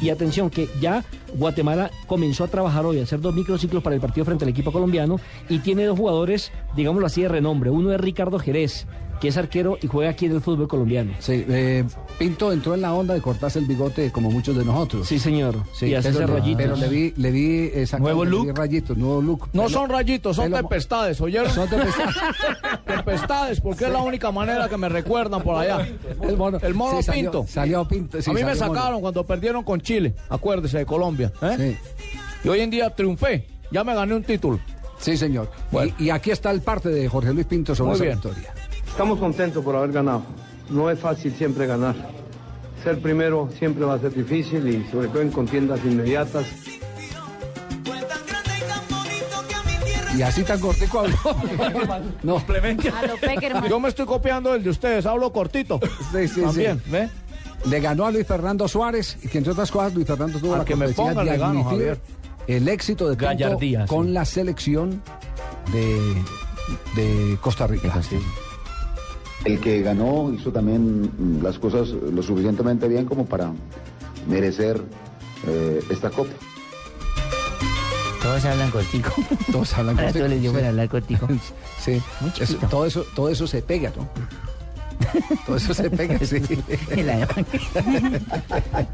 Y atención, que ya Guatemala comenzó a trabajar hoy, a hacer dos microciclos para el partido frente al equipo colombiano y tiene dos jugadores, digámoslo así, de renombre. Uno es Ricardo Jerez, que es arquero y juega aquí en el fútbol colombiano. Sí, eh, Pinto entró en la onda de cortarse el bigote como muchos de nosotros. Sí, señor. Sí, y hacerse pero, le- rayitos. pero le vi, le vi exactamente Nuevo le vi look. rayitos, nuevo look. No Pelo- son rayitos, son pelo mo- tempestades, ¿oyeron? Son tempestades. tempestades, porque es la única manera que me recuerdan por allá. El mono, El mono Sí, salió- Pinto. Salió Pinto. sí, a mí me salió mono. sacaron cuando perdieron con Chile, acuérdese, de Colombia. ¿eh? Sí. Y hoy en día triunfé, ya me gané un título. Sí, señor. Bueno. Y, y aquí está el parte de Jorge Luis Pinto sobre Muy esa bien. victoria. Estamos contentos por haber ganado. No es fácil siempre ganar. Ser primero siempre va a ser difícil y sobre todo en contiendas inmediatas. Y así tan cortico habló. no, A lo Peckerman. Yo me estoy copiando del de ustedes, hablo cortito. Sí, sí, sí. También, ¿ve? le ganó a Luis Fernando Suárez, y que entre otras cosas Luis Fernando tuvo Al la que me cortesía ponga de le gano, admitir Javier. el éxito de Pinto Gallardía, sí. con la selección de, de Costa Rica. El que ganó hizo también mm, las cosas lo suficientemente bien como para merecer eh, esta copa. Todos hablan contigo. Todos hablan Ahora cortico, todos les dio sí. por hablar contigo. Sí, Muy eso- chiquito. todo, eso, todo eso se pega, ¿no? todo eso se pega, sí. El año-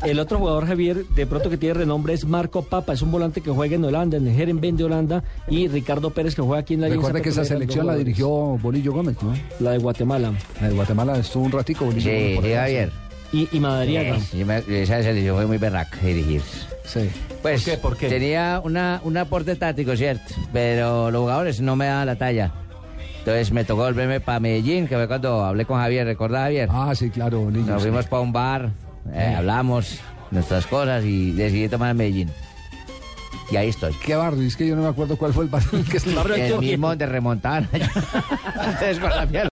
El otro jugador, Javier, de pronto que tiene renombre es Marco Papa, es un volante que juega en Holanda, en el Herenveen de Holanda, y Ricardo Pérez que juega aquí en la Alianza Recuerda que esa Petrolera, dos selección la jugadores. dirigió Bolillo Gómez, ¿no? la de Guatemala La de Guatemala estuvo un ratico Bolillo Gómez. Sí, por sí, allá, Javier. y, y Madariaga. Eh, yo me- Esa selección fue muy berraca de dirigir. Sí. Pues ¿Por qué? ¿Por qué? tenía una, un aporte táctico, cierto, pero los jugadores no me daban la talla. Entonces me tocó volverme para Medellín, que fue cuando hablé con Javier, ¿recordás Javier? Ah, sí, claro, Bolillo. Nos sí. fuimos para un bar, eh, hablamos nuestras cosas y decidí tomar Medellín. Y ahí estoy. ¿Qué barrio? Es que yo no me acuerdo cuál fue el barrio en el que estaba. El mismo de remontar. Entonces con la piel